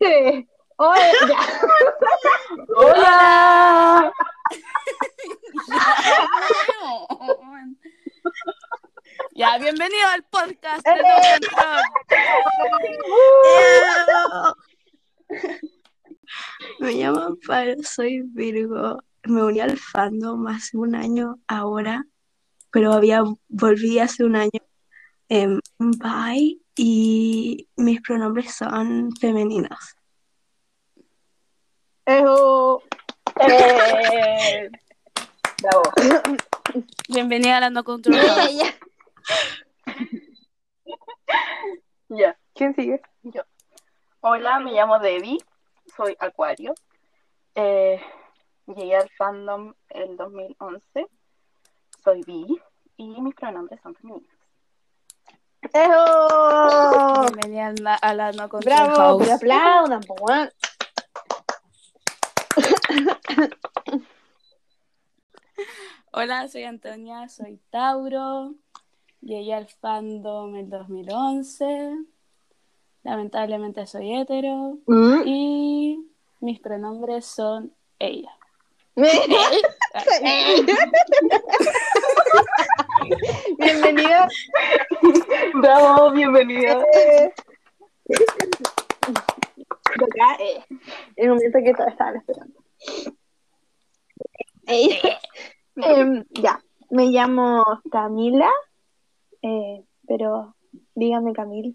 Sí. Oye, ya. ¡Hola! Ya, bienvenido al podcast ¡Eh! de No Control. Me llamo Amparo, soy Virgo. Me uní al fandom hace un año ahora, pero había, volví hace un año en Bye y mis pronombres son femeninos. Ejo. Eh, bravo. Bienvenida a la No Control. Ya. ¿Quién sigue? Hola, me llamo Debbie, soy Acuario. Eh, llegué al fandom el 2011. Soy Bi y mis pronombres son femeninos. Ejo. Bienvenida a la, a la No Control Bravo, House. que aplaudan, po, weón. Hola, soy Antonia, soy Tauro. Llegué al fandom el 2011. Lamentablemente soy hetero. Mm. Y mis pronombres son ella. Bienvenidos. Bravo, bienvenido. Eh. Acá, eh, El momento que todos estaban esperando. Eh, em, ya, me llamo Camila, eh, pero díganme Camila.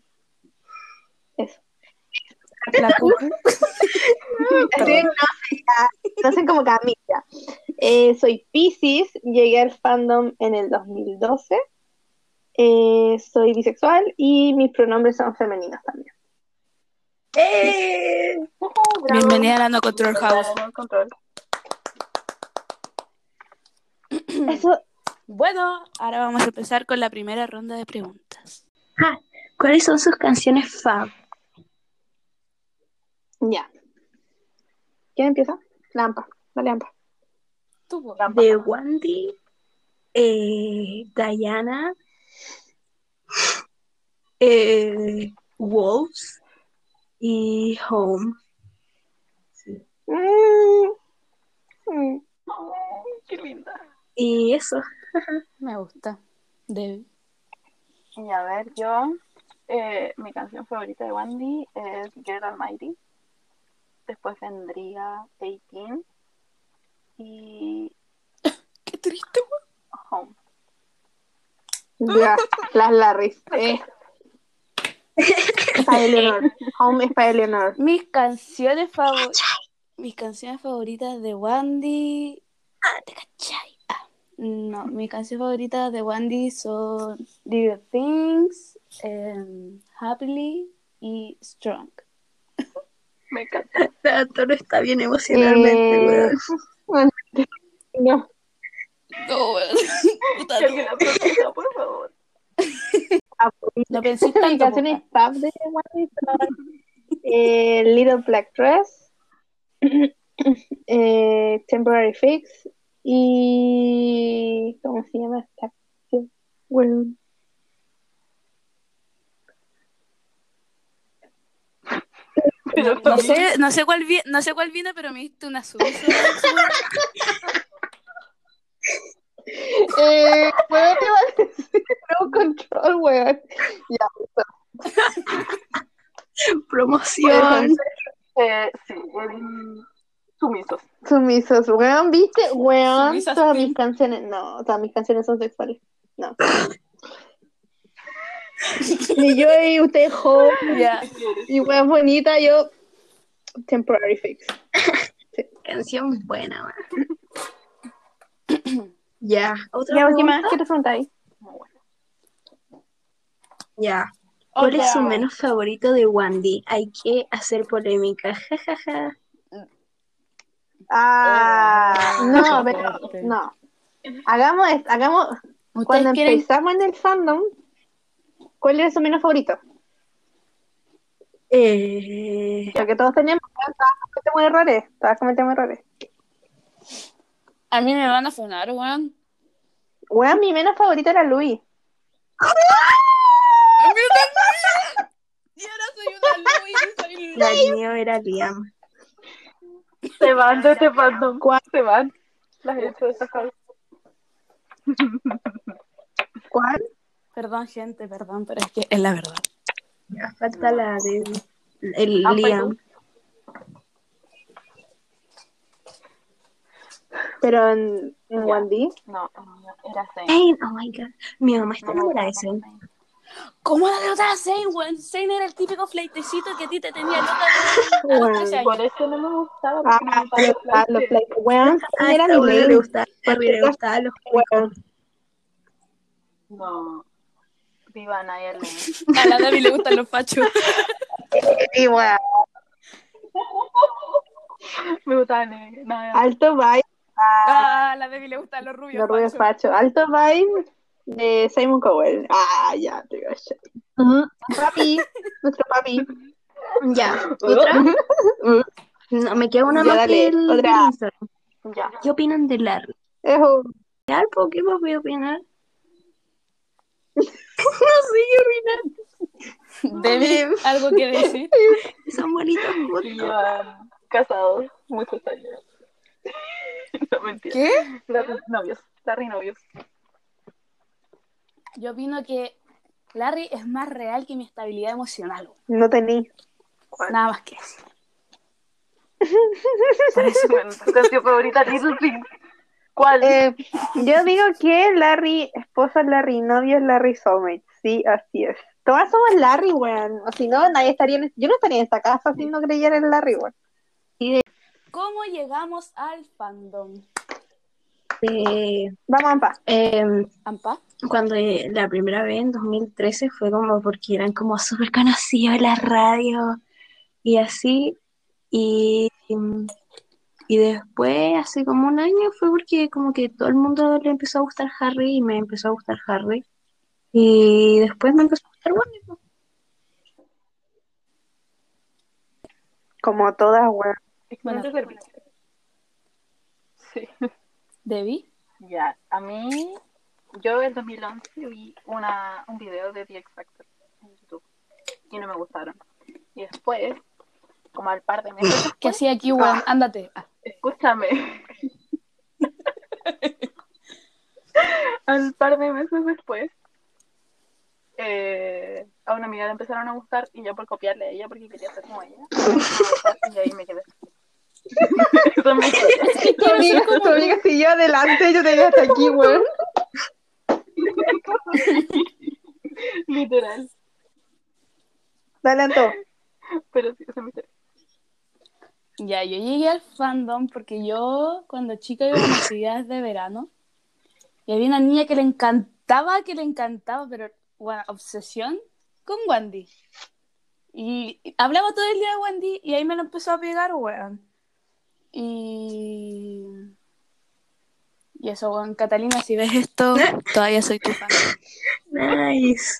La cucu. Sí, no, ya, no sé como Camila. Eh, soy Pisces, llegué al fandom en el 2012. Eh, soy bisexual y mis pronombres son femeninos también. Bienvenida a la No Control House. No Control. Eso, Bueno, ahora vamos a empezar con la primera ronda de preguntas. ¿Cuáles son sus canciones fab? ya. ¿Quién empieza? Lampa, dale Lampa. Tú, De Wandy, eh, Diana, eh, Wolves y Home. Mm. Mm. Oh, qué linda. Y eso. me gusta. De... Y a ver, yo, eh, mi canción favorita de Wandy es Girl Almighty. Después vendría 18 y Qué triste. Home. Ya, las Larrys. Eh. Es para Eleanor. Home es para Eleanor. Mis canciones favoritas. Mis canciones favoritas de Wandy. ¿Te cachai? Ah, no, mis canciones favoritas de Wandy son Little Things, em, Happily y Strong. Me encanta. Toro está bien emocionalmente, Eh, weón. No. No, weón. Puta, Que alguien la protesta, por favor. no pensé Mi tanto. canción es Pub de Wandy son, eh, Little Black Dress, eh, Temporary Fix y. ¿Cómo se llama esta canción? Bueno, Pero No sé, no sé cuál vi- no sé cuál vino, pero me diste una suya. Eh, weón, te iba a decir no control, weón. Ya, Promoción. Eh, sí, em, sumisos. sumisos, weón, ¿viste? Weón, Sumisas, todas sí. mis canciones, no, todas mis canciones son sexuales. No. y yo y usted joven, Ya. y weón bonita, yo temporary fix. Canción buena, weón. Ya. ¿Otra Ya, ¿qué pregunta? más? ¿Qué te preguntáis? Muy bueno. Ya. ¿Cuál es su Otra. menos favorito de Wandy? Hay que hacer polémica. Ja, ja, ja. Ah, no, pero no. Hagamos, esto, hagamos ¿Ustedes cuando quieren- empezamos en el fandom, ¿cuál era su menos favorito? Eh, Lo que todos tenemos, todas cometemos errores, todas cometemos errores. A mí me van a funar, weón. Weón, mi menos favorito era Luis. A mí también. Y ahora soy una Louis, soy No, el mío era Liam. Se van de este fandom. Se van. Las hechas de esta casa. ¿Cuál? Perdón, gente, perdón, pero es que es la verdad. Falta la de el Ah, Liam. Pero en, en Wandy. No, el mío era Zane. Ay, oh my god. Mi mamá está No me enamorada de gusta Zane. Zane. ¿Cómo la derrotar a Zane, weón? Zane era el típico fleitecito que a ti te tenía loca weón, a los Weón. 13 años. Por eso no me gustaba. Ah, porque me gustaban los los pla- flashes. los pleitos. Weón, A sí era esta mi abuela ley. Ah, le gustaba, a mí le gustaba los Weón. No. Viva Naya Lane. A la Davi le gustan los fachos. Sí, weón. Me gustaba Naya Naya. Alto vibe. Ah, a la Davi le gustan los rubios Los rubios fachos. facho. Alto vibe de Simon Cowell. Ah, ya, te iba a echar. Papi. Nuestro papi. Ya, otra. No, me queda una Ya, más dale, que el otra. del Instagram. Ya. ¿Qué opinan de la Ejo. real? ¿Por qué más voy a opinar? no sé qué opinar. Debbie, algo que decir. Son bonitos Y fotos. llevan casados muchos años. No, mentira. ¿Qué? Larry novios. Larry novios. Yo opino que Larry es más real que mi estabilidad emocional. weón. No tení. Nada más que eso. Bueno, tu canción favorita, Little Things. ¿Cuál? Eh, yo digo que Larry, esposo es Larry, novio es Larry Soulmate. Sí, así es. Todas somos Larry, weón. O si no, nadie estaría en, yo no estaría en esta casa si no creyera en Larry, weón. ¿Cómo llegamos al fandom? Eh, Vamos, Ampa. em, ¿Ampa? cuando eh, la primera vez en 2013 fue como porque eran como súper conocidos en la radio y así. Y, em, y después, hace como un año, fue porque como que todo el mundo le empezó a gustar Harry y me empezó a gustar Harry. Y después me empezó a gustar Bonnie. po. Como todas, weón. Excelente servicio. Sí. ¿Debbie? Ya, a mí, yo en 2011 vi una, un video de The X Factor en YouTube y no me gustaron. Y después, como al par de meses, ¿Qué después, hacía aquí, weón? Ándate. Ah. escúchame, al par de meses después, eh, a una amiga le empezaron a gustar y yo por copiarle a ella porque quería ser como ella, y ahí me quedé. Esa es mi historia. Tu amiga, tu amiga siguió adelante, yo te llegué hasta aquí, weón. Literal, Dale, Anto. pero sí, esa es mi historia. Ya, yo llegué al fandom porque yo cuando chica iba a las actividades de verano y había una niña que le encantaba, que le encantaba, pero bueno, obsesión con Wandy. Y y hablaba todo el día de Wandy y ahí me lo empezó a pegar, weón. Y... Y eso, weón, Catalina, si ves esto, todavía soy tu fan. Nice.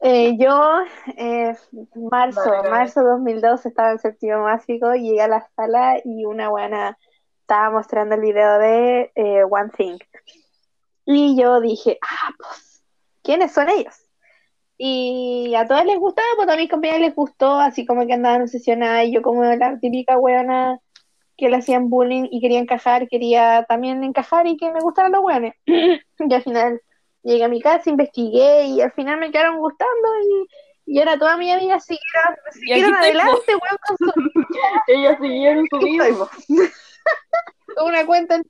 Eh, yo, eh, marzo, Dale, dale. marzo 2002, estaba en séptimo básico y llegué a la sala y una buena estaba mostrando el video de eh, One Thing. Y yo dije, ah, pues, ¿quiénes son ellos? Y a todas les gustaba, pues a mis compañeras les gustó, así como que andaban obsesionadas y yo como la típica weona que le hacían bullying y quería encajar, quería también encajar y que me gustaran los weones. y al final llegué a mi casa, investigué y al final me quedaron gustando y, y ahora toda mi amiga siguieron, Y aquí siguieron estoy, po. adelante, weón, con su Ellas siguieron su vida. con una cuenta en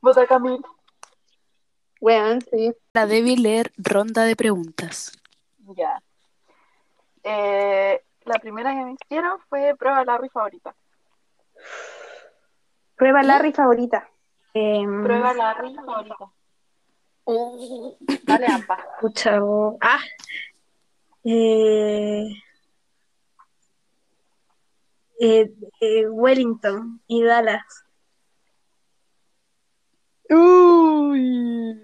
Vota Camil. Weón, sí. La debí leer ronda de preguntas. Ya. Eh, la primera que me hicieron fue prueba Larry favorita. Prueba Larry favorita. Em, Prueba Larry favorita. Dale, Ampa. Pucha, bo- ah, eh, eh, eh, Wellington y Dallas. Uy,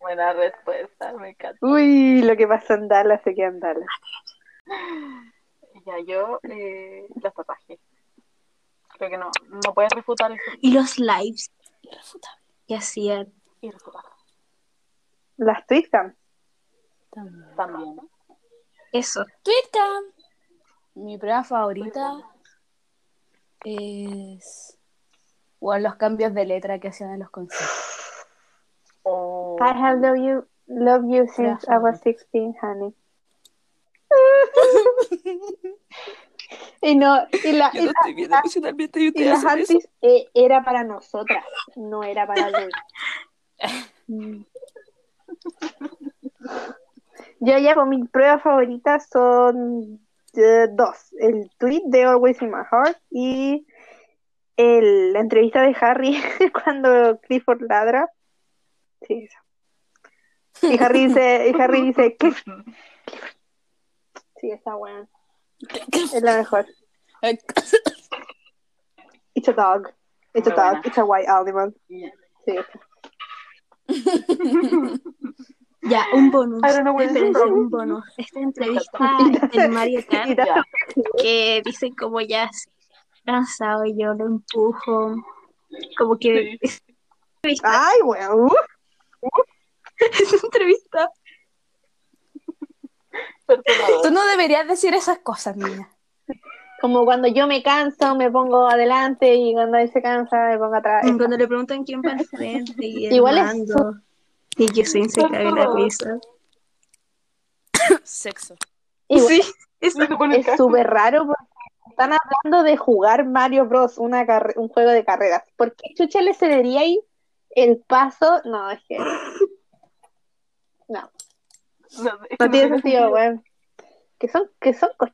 Buena respuesta, me encanta. uy, lo que pasó en Dallas se queda en Dallas. Ya, yo eh, los tatuajes. Creo que no, no puedes refutar eso. Y los lives que hacían. Y refutar Las Twitcam. También. también. Eso. Twitter. Mi prueba favorita es bueno, los cambios de letra que hacían en los conciertos. O I have loved you, loved you since I was 16, honey. y no, y, la, y, Yo lo la- estoy viendo emocionalmente y y ustedes las hacen eso. artes eh, era para nosotras, no era para Luis. Mm. Yo ya con mis pruebas favoritas son eh, dos, el tweet de Always in My Heart y el- la entrevista de Harry cuando Clifford ladra. Sí, eso. Y Harry dice, y Harry dice, ¿qué? Sí, está bueno. Es la mejor. It's a dog. It's a Muy dog. buena. It's a white animal. Yeah. Sí. Ya, un bonus. I don't know where this is Espérense, from. un bonus. Esta entrevista Y te hace- del Mario y Kart te hace- Ya. que dicen como ya estoy cansado y yo lo empujo. Como que es Ay, Uh. weón. uf. esa entrevista. Tú no deberías decir esas cosas, niña. Como cuando yo me canso, me pongo adelante y cuando él se cansa, me pongo atrás. Cuando le preguntan quién va al frente y el Igual es mando. Y que se caga en la risa. Sexo. Y bueno, Sí, esa- es súper raro porque están hablando de jugar Mario Bros, una carre- un juego de carreras. ¿Por qué Chucha le cedería ahí el paso? No, es que no tiene sentido, weón. Que son, que son cos-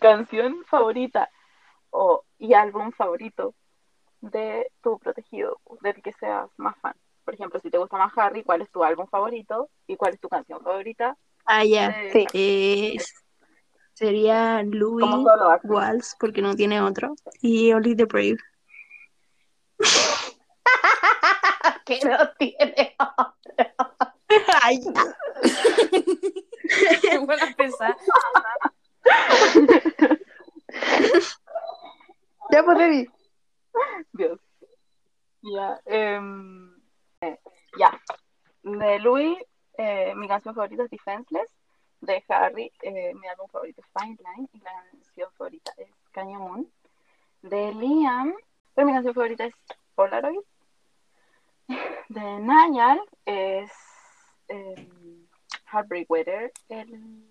canción favorita o, y álbum favorito de tu protegido, del que seas más fan. Por ejemplo, si te gusta más Harry, ¿cuál es tu álbum favorito y cuál es tu canción favorita? Ah, ya. de- Sí. Eh, sería Louis Como solo acto. Waltz, porque no tiene otro. Y Only the Brave. que no tiene. Ay, Qué buena pesada. Ya pues Debbie. Dios. Ya, em, eh, ya. De Louis, eh, mi canción favorita es Defenseless. De Harry, eh, mi álbum favorito es Fine Line. Y la canción favorita es Canyon Moon. De Liam, pero mi canción favorita es Polaroid. De Nayal es em, Heartbreak Weather. El,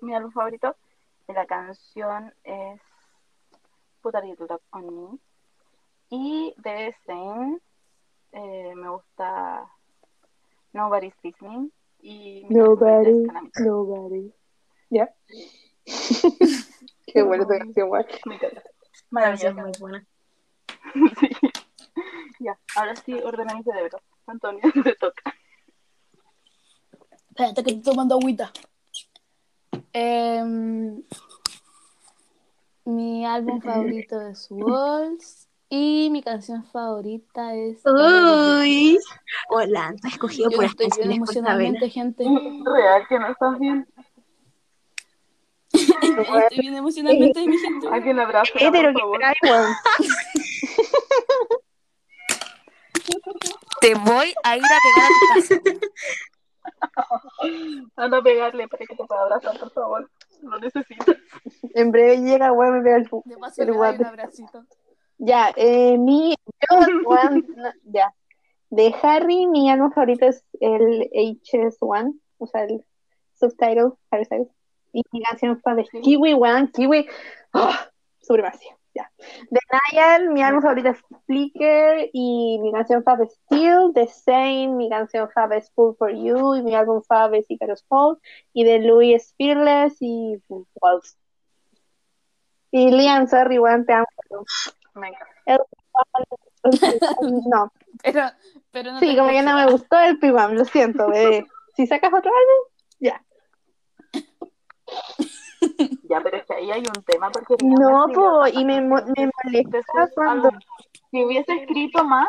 mi álbum favorito. Y la canción es Put a Little Dog on Me. Y de Zayn eh, me gusta Nobody's Listening. Y mi Nobody, canción favorita es nobody. ¿Ya? eh. Qué buena esa canción, weón. Calamity. Me encanta. maravillosa, Maravillosa. muy buena. Sí. Ya, ahora sí ordena mi cerebro. Antonio, te toca. Espérate que estoy tomando agüita. Em, mi álbum favorito es Walls y mi canción favorita es... Uy. Hola, no escogido Yo por no las estoy bien canciones por saber. emocionalmente, gente. Real que no estás bien. Yo estoy bien emocionalmente, mi gente. Alguien abraza, por Hétero Eh, que favor. trae, weón. Te voy a ir a pegar a tu casa. weón. Anda a pegarle para que te pueda abrazar, por favor. Lo necesito. En breve llega, weón, me pega el fu- De paso, El le doy guate. un abracito. Ya, eh, mi. Yo, weón, no, ya. De Harry, mi álbum favorito es el HS1, o sea, el subtitle, Harry Styles. Y mi canción favorita es Kiwi, weón, Kiwi. Ah, supremacía, ya. De Niall, mi álbum favorito es Flicker. Y mi canción fav es Steel. De Zane, mi canción fav es Fool for You. Y mi álbum fav es Icarus Fall. Y de Louis es Fearless y Wolves. Y Liam, sorry, weón, te amo. Me encanta. No, Pero, pero no sí, como que no me gustó el Pimam, lo siento, bebé. Si sacas otro álbum, Ya, pero es que ahí hay un tema porque... no, Liam po, escribió y me, mo- me de sus molesta cuando. álbumes. Si hubiese escrito más...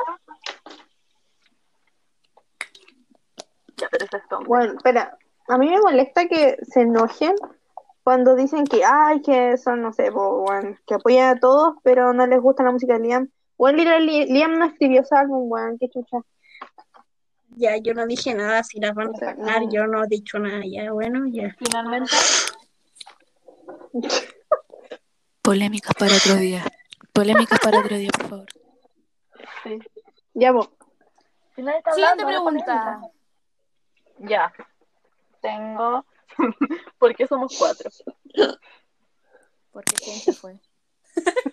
Ya, pero eso es todo. Bueno, espera, a mí me molesta que se enojen cuando dicen que, ay, que son, no sé, po, bueno, que apoyan a todos, pero no les gusta la música de Liam. Bueno, Liam, Liam no escribió ese álbum, bueno, qué chucha. Ya, yo no dije nada, si las van a sacar, yo no he dicho nada, ya, bueno, ya. Finalmente, Polémicas para otro día. Polémicas para otro día, por favor. sí. Ya vos. Final está Siguiente hablando, no pregunta. polémica. Ya. Tengo. ¿Por qué somos cuatro? Porque quién se fue.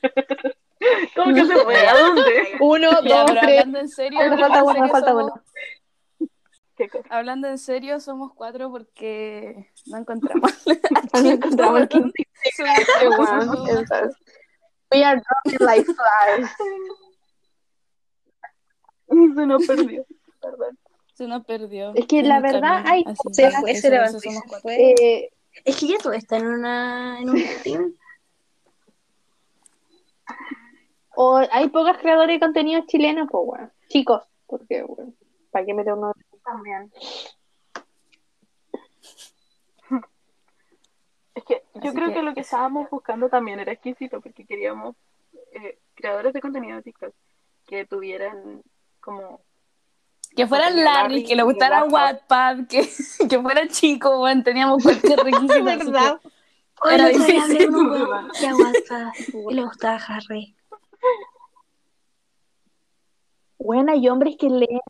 ¿Cómo que se fue? ¿A dónde? Uno, Ya, dos, pero tres. hablando en serio, Me yo falta pensé uno, me que falta somos- uno. ¿Qué cosa? Hablando en serio, somos cuatro porque no encontramos. No encontramos el quinto. Somos- Igual, somos- entonces. We are dropping like flies. Se nos perdió. Perdón. Se nos perdió. Es que en la el verdad camino, hay- así Se que fue, eso- se levantó eso y somos se cuatro. fue. Eh, Es que ya todo está en una, en un team. o hay pocos creadores de contenido chilenos, pues bueno. Chicos, porque bueno, ¿para qué meter uno? También. Es que yo Así creo que- que, lo que estábamos buscando también era exquisito porque queríamos eh, creadores de contenido de TikTok que tuvieran como Que fuera Tenía Larry, Larry, que le gustara tenía WhatsApp. Wattpad, que, que fuera chico, bueno, teníamos cualquier requisito. así ¿Verdad? que- Hoy Era el otro día difícil. hablé con un weón que aguanta y le gustaba Harry. Bueno, hay hombres que leen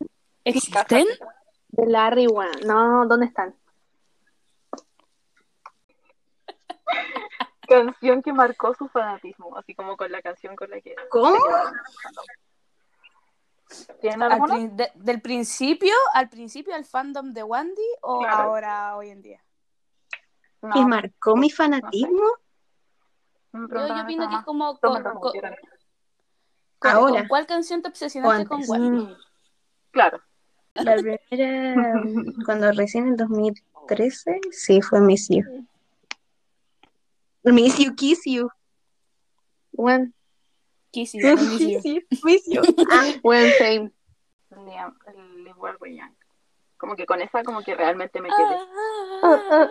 ¿Existen? de Larry, bueno. No, ¿dónde están? canción que marcó su fanatismo, así como con la canción con la que ¿Cómo? tienen Al alguna. prin- de- del principio al principio al fandom de Wandy o Claro. ahora hoy en día. ¿Me No, marcó mi fanatismo? me Yo, preguntaron yo eso opino que es nomás. como No co- me co- respondieron. con- Ahora. con cuál canción te O obsesionaste antes. con Wandy. Claro, La primera, mm, cuando recién en 2013, sí, fue Miss You. Miss You, Kiss You. Bueno, Kiss You, Miss You. Miss You, Miss You. Ah, bueno, same. Liam, Liam Wallway Young. Como que con esa como que realmente me quedé.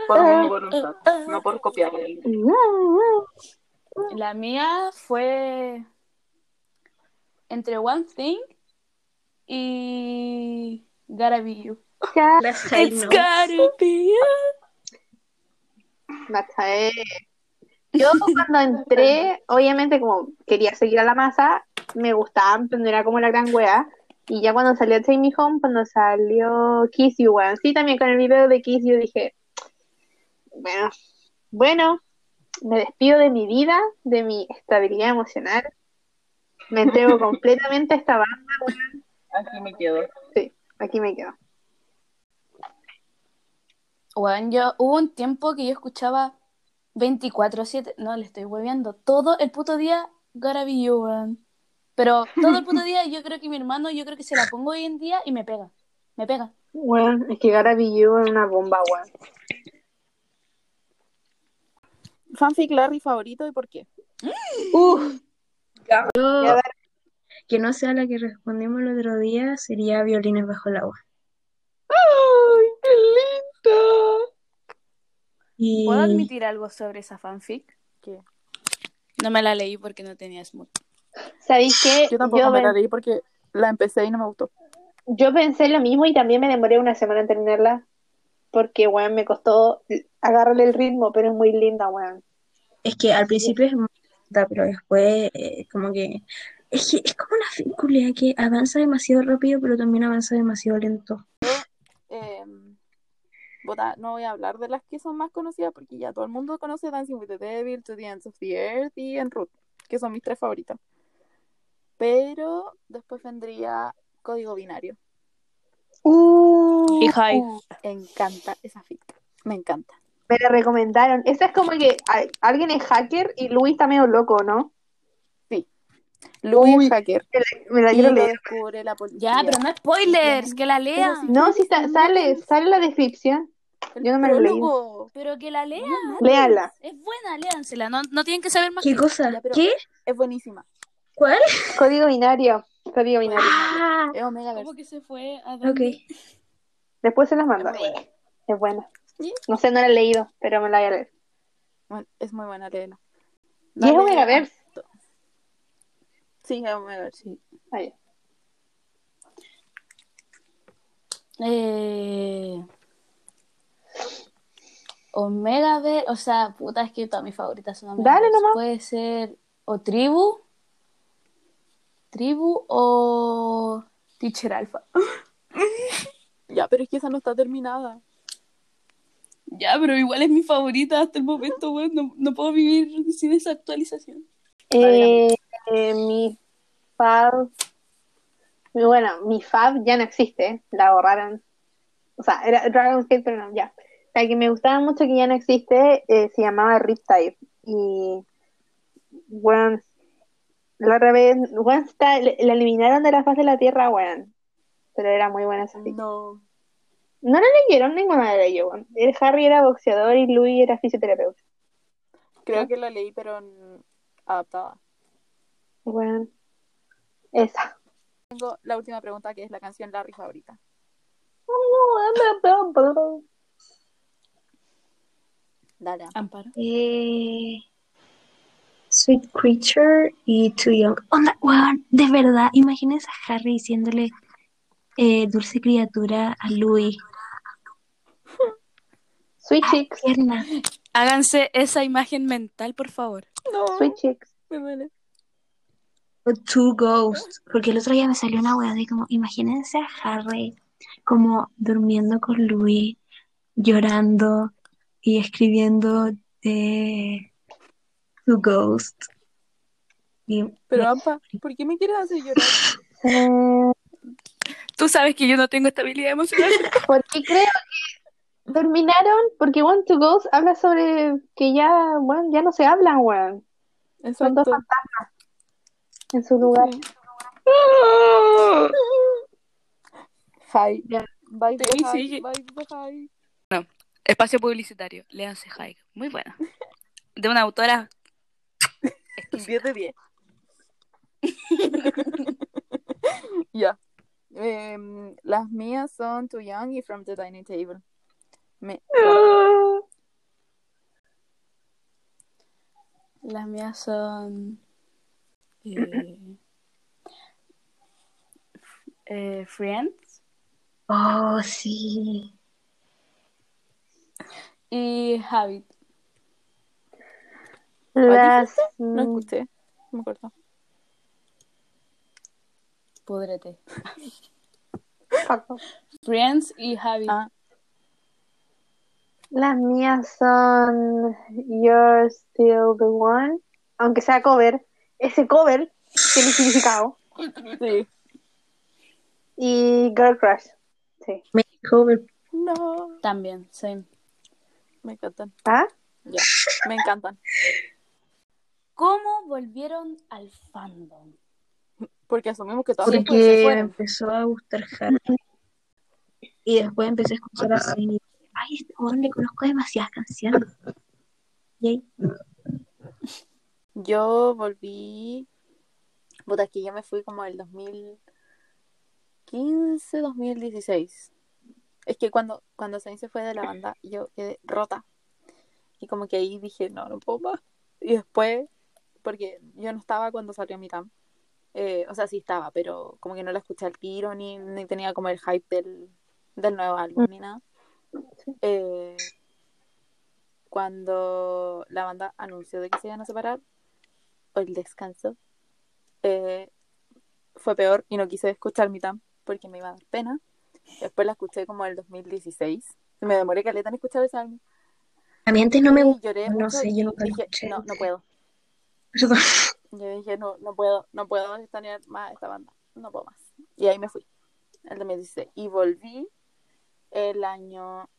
Por Ah, mi voluntad, no La por copiar el mía fue entre One Thing y Gotta Be You. Ya, las High Notes. Be You. Machae. Yo cuando entré, obviamente como quería seguir a la masa, me gustaban, pero no era como la gran wea. Y ya cuando salió Take Me Home, cuando salió Kiss You, weón. Sí, también con el video de Kiss You dije, bueno, bueno, me despido de mi vida, de mi estabilidad emocional. Me entrego completamente a esta banda, Aquí me quedo. aquí me quedo. Bueno, yo hubo un tiempo que yo escuchaba 24-7, no, le estoy volviendo, todo el puto día Gotta Be You, weón. Pero todo el puto día yo creo que mi hermano, yo creo que se la pongo hoy en día y me pega, me pega. Weón, es que Gara You es una bomba, weón. Fanfic Larry favorito y por qué. Uf, Yo, que no sea la que respondimos el otro día, sería Violines bajo el agua. ¡Ay, qué ¿Puedo lindo! Y admitir algo sobre esa fanfic? ¿Qué? No me la leí porque no tenía Smooth. ¿sabéis qué? Yo tampoco Yo me ven- la leí porque la empecé y no me gustó. Yo pensé lo mismo y también me demoré una semana en terminarla. Porque, weón, me costó agarrarle el ritmo, pero es muy linda, weón. es que al principio es muy lenta, pero después eh, como que... Es que es como una película que avanza demasiado rápido, pero también avanza demasiado lento. Eh, puta, no voy a hablar de las que son más conocidas porque ya todo el mundo conoce Dancing with the Devil, To the Ends of the Earth y En Route, que son mis tres favoritas. Pero después vendría Código Binario. Oh, Y Hive. Encanta esa fic. Me encanta. Me la recomendaron. Esa es como que a- alguien es hacker y Luis está medio loco, ¿no? Louis Uy, Hacker. Me la Y quiero lo leer. descubre la policía. Ya, pero no spoilers, que la Pero lean. sí. No, si está, sale, sale la descripción. El yo no me lo leí. prólogo. Pero que la lean. Léala. Es buena, léansela. No, no tienen que saber más. ¿Qué que- cosa? Ya, pero- ¿Qué? Es buenísima. ¿Cuál? Código binario. Código binario. Ah, Es Omega ¿Cómo Verse. que se fue? ¿A dónde? ok. Después se las mando. Es muy buena. Es buena. No sé, no la he leído, pero me la voy a leer. Bueno, es muy buena, léela. Y es Dale, Omega Verse. Sí, es Omega Verse. Ahí. Eh, Omega Ver, o sea, puta, es que todas mis favoritas son Omega Dale Ver. nomás. Puede ser o Tribu, Tribu o Teacher Alpha. Ya, pero es que esa no está terminada. Ya, pero igual es mi favorita hasta el momento, weón. No, no puedo vivir sin esa actualización. Eh, eh, mi fab. Bueno, mi fab ya no existe, ¿eh? la borraron. O sea, era Dragon's Gate, pero no, ya. La que me gustaba mucho que ya no existe eh, se llamaba Riptide. Y. Bueno, la otra vez, bueno, está- le- la eliminaron de la faz de la tierra, weón. Pero era muy buena esa ficha. No. No la leyeron ninguna de ellos, weón. El Harry era boxeador y Louis era fisioterapeuta. Creo que la leí, pero mm, adaptada. Weón. Esa. Tengo la última pregunta, que es la canción Larry favorita. Dale. Amparo. Eh, Sweet Creature y Too Young. Onda, weón, de verdad, imagínense a Harry diciéndole eh, dulce criatura a Louis. Sweet Chicks, Tierna. Háganse esa imagen mental, por favor. No, Sweet Chicks. me duele. O Two Ghosts. Porque el otro día me salió una weá de como, imagínense a Harry como durmiendo con Louis, llorando y escribiendo eh, Two Ghosts. Y Pero, Ampa, ¿por qué me quieres hacer llorar? Eh, Tú sabes que yo no tengo estabilidad emocional. porque creo que terminaron, porque One to Go habla sobre que ya, bueno, ya no se hablan, weón, Son dos Exacto. fantasmas en su lugar. Hi. Ya. Bye, Te bye, sigue. bye, bye. Espacio publicitario. Léanse Haiku. Muy buena. De una autora. 10 de 10. Ya. Em, las mías son Too Young y From the Dining Table. Me- Las mías son. eh, eh, Friends Oh, sí. y Habit. Las, No escuché. No me acuerdo. Pudrete. Paco. Friends y Habit. Ah. Las mías son You're Still the One, aunque sea cover, ese cover tiene significado. Sí. Y Girl Crush. Sí. Cover. No. También, same. Me encantan. ¿Ah? Ya. Me encantan. ¿Cómo volvieron al fandom? Porque asumimos que todas Sí, las pues, se Porque me fueron. empezó a gustar Harry. Mm. Ah. Y después empecé a escuchar a Zayn y dije, Ay, este weón le conozco demasiadas canciones. Y ahí, Yo volví. Puta, es que yo me fui como el 2015, 2016. Es que cuando, cuando Zayn se fue de la banda, yo quedé rota. Y como que ahí dije, no, no puedo más. Y después, porque yo no estaba cuando salió mi tam. Eh, o sea, sí estaba, pero como que no la escuché al tiro, ni, ni tenía como el hype del, del nuevo álbum, ni nada. Eh, cuando la banda anunció de que se iban a separar, o el descanso, eh, fue peor y no quise escuchar mi tam porque me iba a dar pena. Después la escuché como el 2016. Me demoré caleta en escuchar ese álbum. a mí antes no me Y gustó. lloré no mucho sé, yo y nunca lo dije, escuché. no, no puedo. Perdón. Yo dije, no, no puedo, no puedo estanear más a esta banda, no puedo más. Y ahí me fui, el 2016. Y volví el año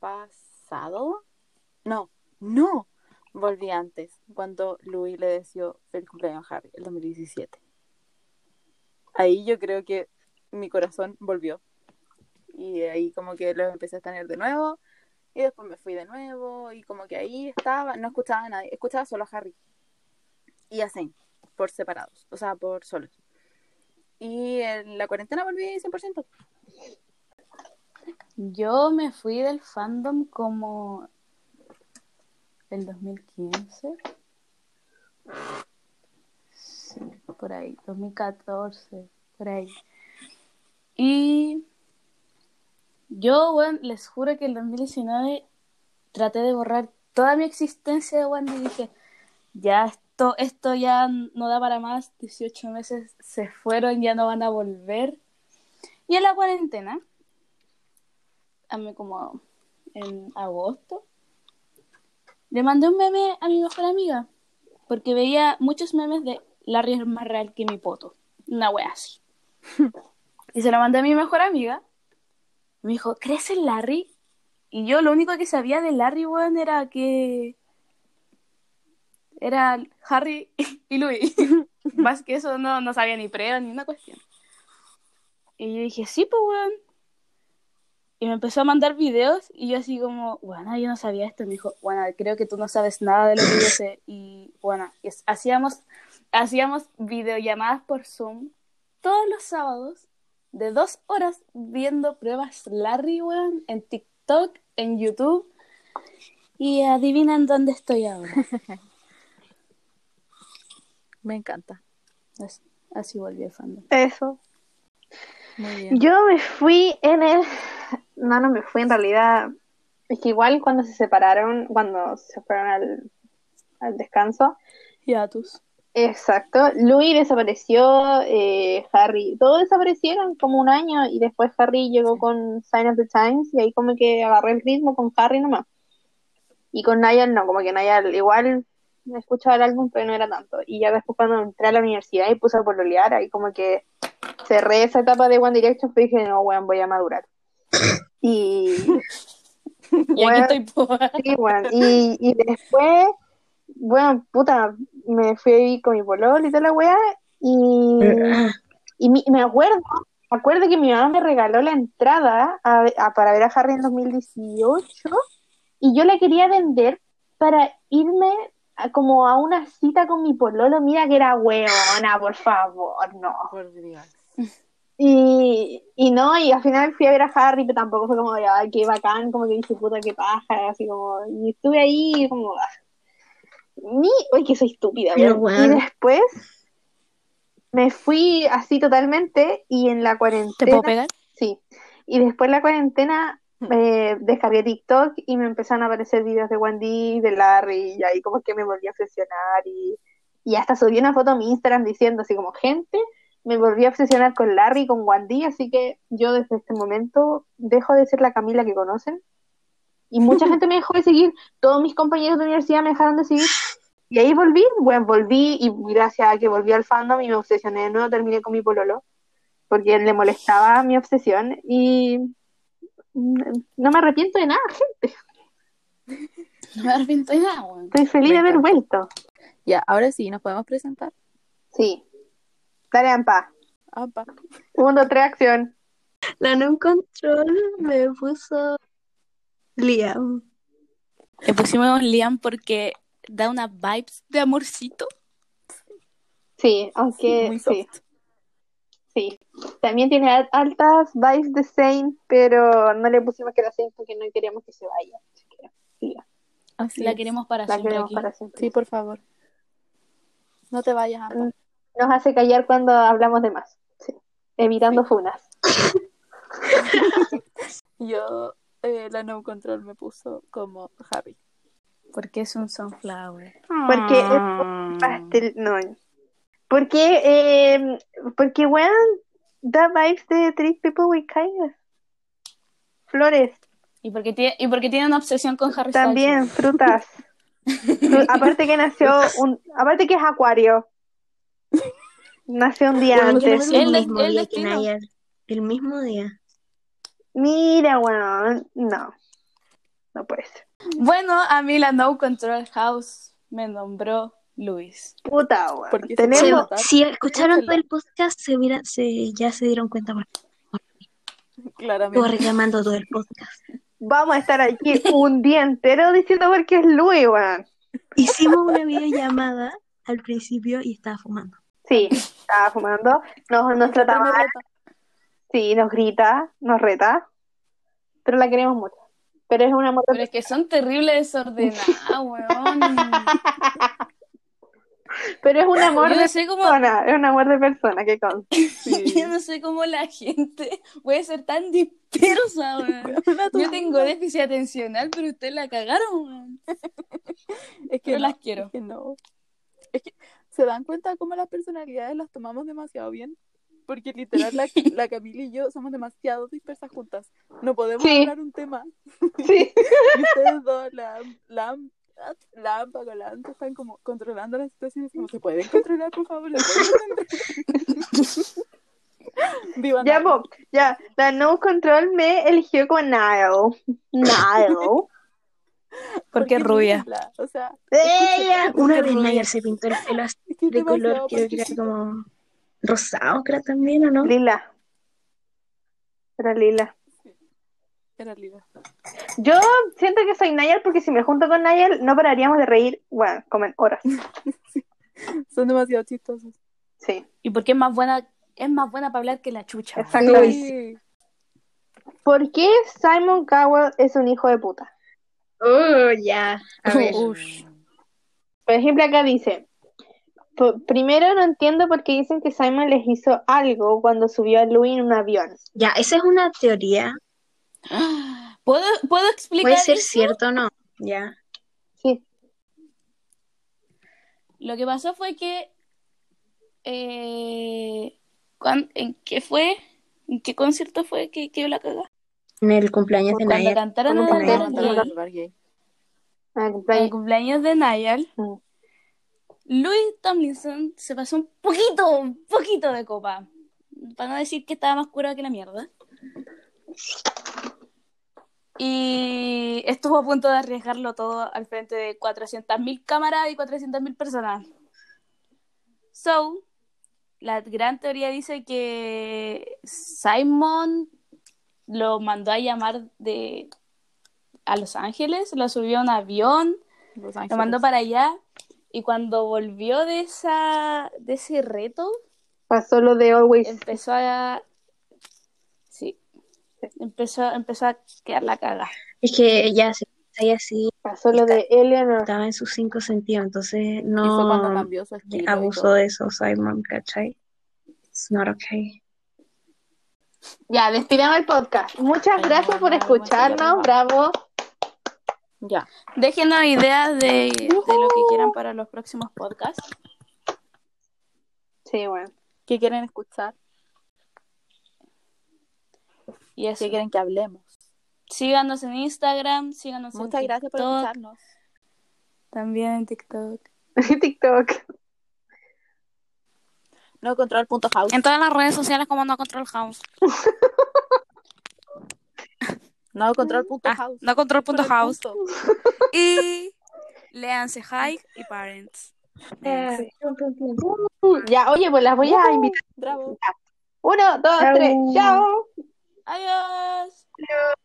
pasado. No, no, volví antes, cuando Louis le deseó feliz cumpleaños a Harry, el 2017. Ahí yo creo que mi corazón volvió. Y de ahí como que lo empecé a estanear de nuevo. Y después me fui de nuevo. Y como que ahí estaba, no escuchaba a nadie, escuchaba solo a Harry y a Zayn, por separados, o sea, por solos. Y en la cuarentena volví 100%. Yo me fui del fandom como el 2015. Sí, por ahí, 2014, por ahí. Y Yo, weón, les juro que en 2019 traté de borrar toda mi existencia de Wandy y dije, ya esto, esto ya no da para más, 18 meses se fueron, ya no van a volver. Y en la cuarentena, a mí como en agosto, le mandé un meme a mi mejor amiga, porque veía muchos memes de Larry es más real que mi poto, una wea así. y se lo mandé a mi mejor amiga, me dijo, ¿crees en Larry? Y yo lo único que sabía de Larry, weón, era que era Harry y Louis. Más que eso no, no sabía ni prueba ni una cuestión. Y yo dije, sí, pues, weón. Y me empezó a mandar videos y yo así como, bueno, yo no sabía esto. Y me dijo, bueno, creo que tú no sabes nada de lo que yo sé. Y bueno, y es- hacíamos, hacíamos videollamadas por Zoom todos los sábados de dos horas viendo pruebas Larry, weón, en TikTok, en YouTube. Y adivinan dónde estoy ahora. Me encanta. Así, así volví al fandom. Eso. Muy bien. Yo me fui en el. No, no me fui en realidad. Es que igual cuando se separaron, cuando se fueron al, al descanso. Y Atus. Exacto. Louis desapareció, eh, Harry. Todos desaparecieron como un año y después Harry llegó con Sign of the Times y ahí como que agarré el ritmo con Harry nomás. Y con Niall no, como que Niall igual me escuchaba el álbum pero no era tanto. Y ya después cuando entré a la universidad y puse a pololear, ahí como que cerré esa etapa de One Direction pero dije, no, weón, voy a madurar. Y, Y Bueno. aquí estoy, po. sí, weón. y, y después, bueno, puta, me fui ahí con mi pololo y toda la weá y... Y mi- me acuerdo, me acuerdo que mi mamá me regaló la entrada a- a- para ver a Harry en 2018 y yo la quería vender para irme a- como a una cita con mi pololo. Mira que era hueona, por favor, no. Por Dios. Y, y no, y al final fui a ver a Harry, pero tampoco fue como, ay, qué bacán, como que dije, puta, qué paja, así como, y estuve ahí y como, ah, ni, uy, que soy estúpida, Pero weón. weón. Y después me fui así totalmente y en la ¿Te puedo cuarentena, pegar? sí, y después en la cuarentena eh, descargué TikTok y me empezaron a aparecer videos de Wendy, de Larry, y ahí como que me volví a obsesionar y, y hasta subí una foto a mi Instagram diciendo así como, gente, me volví a obsesionar con Larry, con Wandy, así que yo desde este momento dejo de ser la Camila que conocen. Y mucha gente me dejó de seguir, todos mis compañeros de universidad me dejaron de seguir. Y ahí volví, bueno, volví y gracias a que volví al fandom y me obsesioné de nuevo, terminé con mi pololo, porque le molestaba mi obsesión y no me arrepiento de nada, gente. No me arrepiento de nada, weón. estoy feliz de haber vuelto. Ya, ahora sí, nos podemos presentar. Sí. Dale, Ampa. Ah, Apa. Segundo, tres, acción. La no control me puso Liam. Le pusimos Liam porque da unas vibes de amorcito. Sí, Sí, aunque muy soft. sí. Sí, también tiene al- altas vibes de Saint, pero no le pusimos que era Saint porque no queríamos que se vaya. así que siga. Así La es. queremos para La siempre queremos aquí. para siempre. Sí, pues. por favor. No te vayas, Ampa. Nos hace callar cuando hablamos de más, sí. evitando funas. Mm, Yo, eh, la no control me puso como Harry. Porque es un sunflower. Porque es un pastel, no. Porque, eh, porque, weón, da vibes de Three People with Kindness. Flores, Y porque tiene, y porque tiene una obsesión con Harry Styles, también, weón. frutas. Fru- aparte que nació un, aparte que es acuario. Nació un día Weón, yo antes. nací el El de- mismo el día que destino. Nayar. El mismo día. Mira, bueno, no. No puede ser. Bueno, a mí la No Control House me nombró Luis. Puta, weón. Porque se Se- Tenemos. Preguntar. si escucharon Escúchala. todo el podcast, se hubiera- se- ya se dieron cuenta porque estuvo Claramente. reclamando todo el podcast. Vamos a estar aquí un día entero diciendo por qué es Luis, weón. Hicimos una videollamada al principio y estaba fumando. Sí, estaba fumando. Nos, nos Siempre trataba me mal. reta. Sí, nos grita, nos reta. Pero la queremos mucho. Pero es una moto. Pero es que son terribles desordenadas, weón. Pero es un amor Yo de no sé cómo, persona, es un amor de persona, que consta. yo no sé cómo la gente puede ser tan dispersa, weón. Yo tengo déficit atencional, pero ustedes la cagaron, weón. Es que Pero no, las quiero. es que no. Es que se dan cuenta cómo las personalidades las tomamos demasiado bien. Porque literal, la, la Camila y yo somos demasiado dispersas juntas. No podemos Sí. hablar un tema. Sí, Y ustedes dos, la la la Ampa con la Anta están como controlando la situación. Es como, ¿se pueden controlar, por favor? ¿Se pueden controlar?" Viva ya, Nala. po, ya, la No Control me eligió con Nile. Nile. Porque es rubia. Nala? O sea, ¡Ella! Una Qué vez rubia. Naya se pintó el pelo así es que es de color, demasiado creo que era patricia. como rosado, creo también, ¿o no? Lila. Era Lila. Era lila. Yo siento que soy Nayel porque si me junto con Nayel no pararíamos de reír, bueno, como en horas. Son demasiado chistosos. Sí, Y porque es más buena, es más buena para hablar que la chucha. weón. exactamente. Sí. ¿Por qué Simon Cowell es un hijo de puta? Oh, ya. A ver. Ush. Por ejemplo, acá dice, "Po- primero no entiendo por qué dicen que Simon les hizo algo cuando subió a Louis en un avión. Ya, esa es una teoría. ¿Puedo, ¿puedo explicar Puede ser eso? cierto o no. Ya. Sí, Lo que pasó fue que. Eh, cuan- ¿En qué fue? ¿En qué concierto fue que quedó la cagada? En el cumpleaños de Cuando Naya. cantaron cuando en el cantaron, bar cuando gay, cantaron. Barbar gay. Ah, en el cumpleaños. cumpleaños de Niall, Mm. Louis Tomlinson se pasó un poquito, un poquito de copa. Para no decir que estaba más curado que la mierda. Y estuvo a punto de arriesgarlo todo al frente de 400.000 cámaras y 400.000 personas. So, la gran teoría dice que Simon lo mandó a llamar de a Los Ángeles, lo subió a un avión, Los lo Ángeles. mandó para allá y cuando volvió de esa de ese reto, Pasó lo de Always. empezó a sí, empezó empezó a quedar la caga. Es que ya se Naya sí Pasó lo de Eleanor. estaba en sus cinco sentidos, entonces Y fue cuando no cambió su estilo. y abusó todo. de eso, Simon, ¿cachai? It's not okay. Ya, destinamos el podcast. Muchas Ay, gracias no, por no, escucharnos, no, bravo. Ya. Déjenos ideas de, de lo que quieran para los próximos podcasts. Sí, bueno. ¿Qué quieren escuchar? Y eso. ¿Qué quieren que hablemos? Síganos en Instagram, síganos en Muchas gracias por TikTok, escucharnos. También en TikTok. TikTok. No control punto house. En todas las redes sociales como No Control House. No control punto house. No Control Con punto el House. punto. Y léanse Hike y Parents. Ah, Eh. Léanse. Ya, oye, pues las voy a invitar. Bravo. Uno, dos, Chao. tres, chao. Adiós.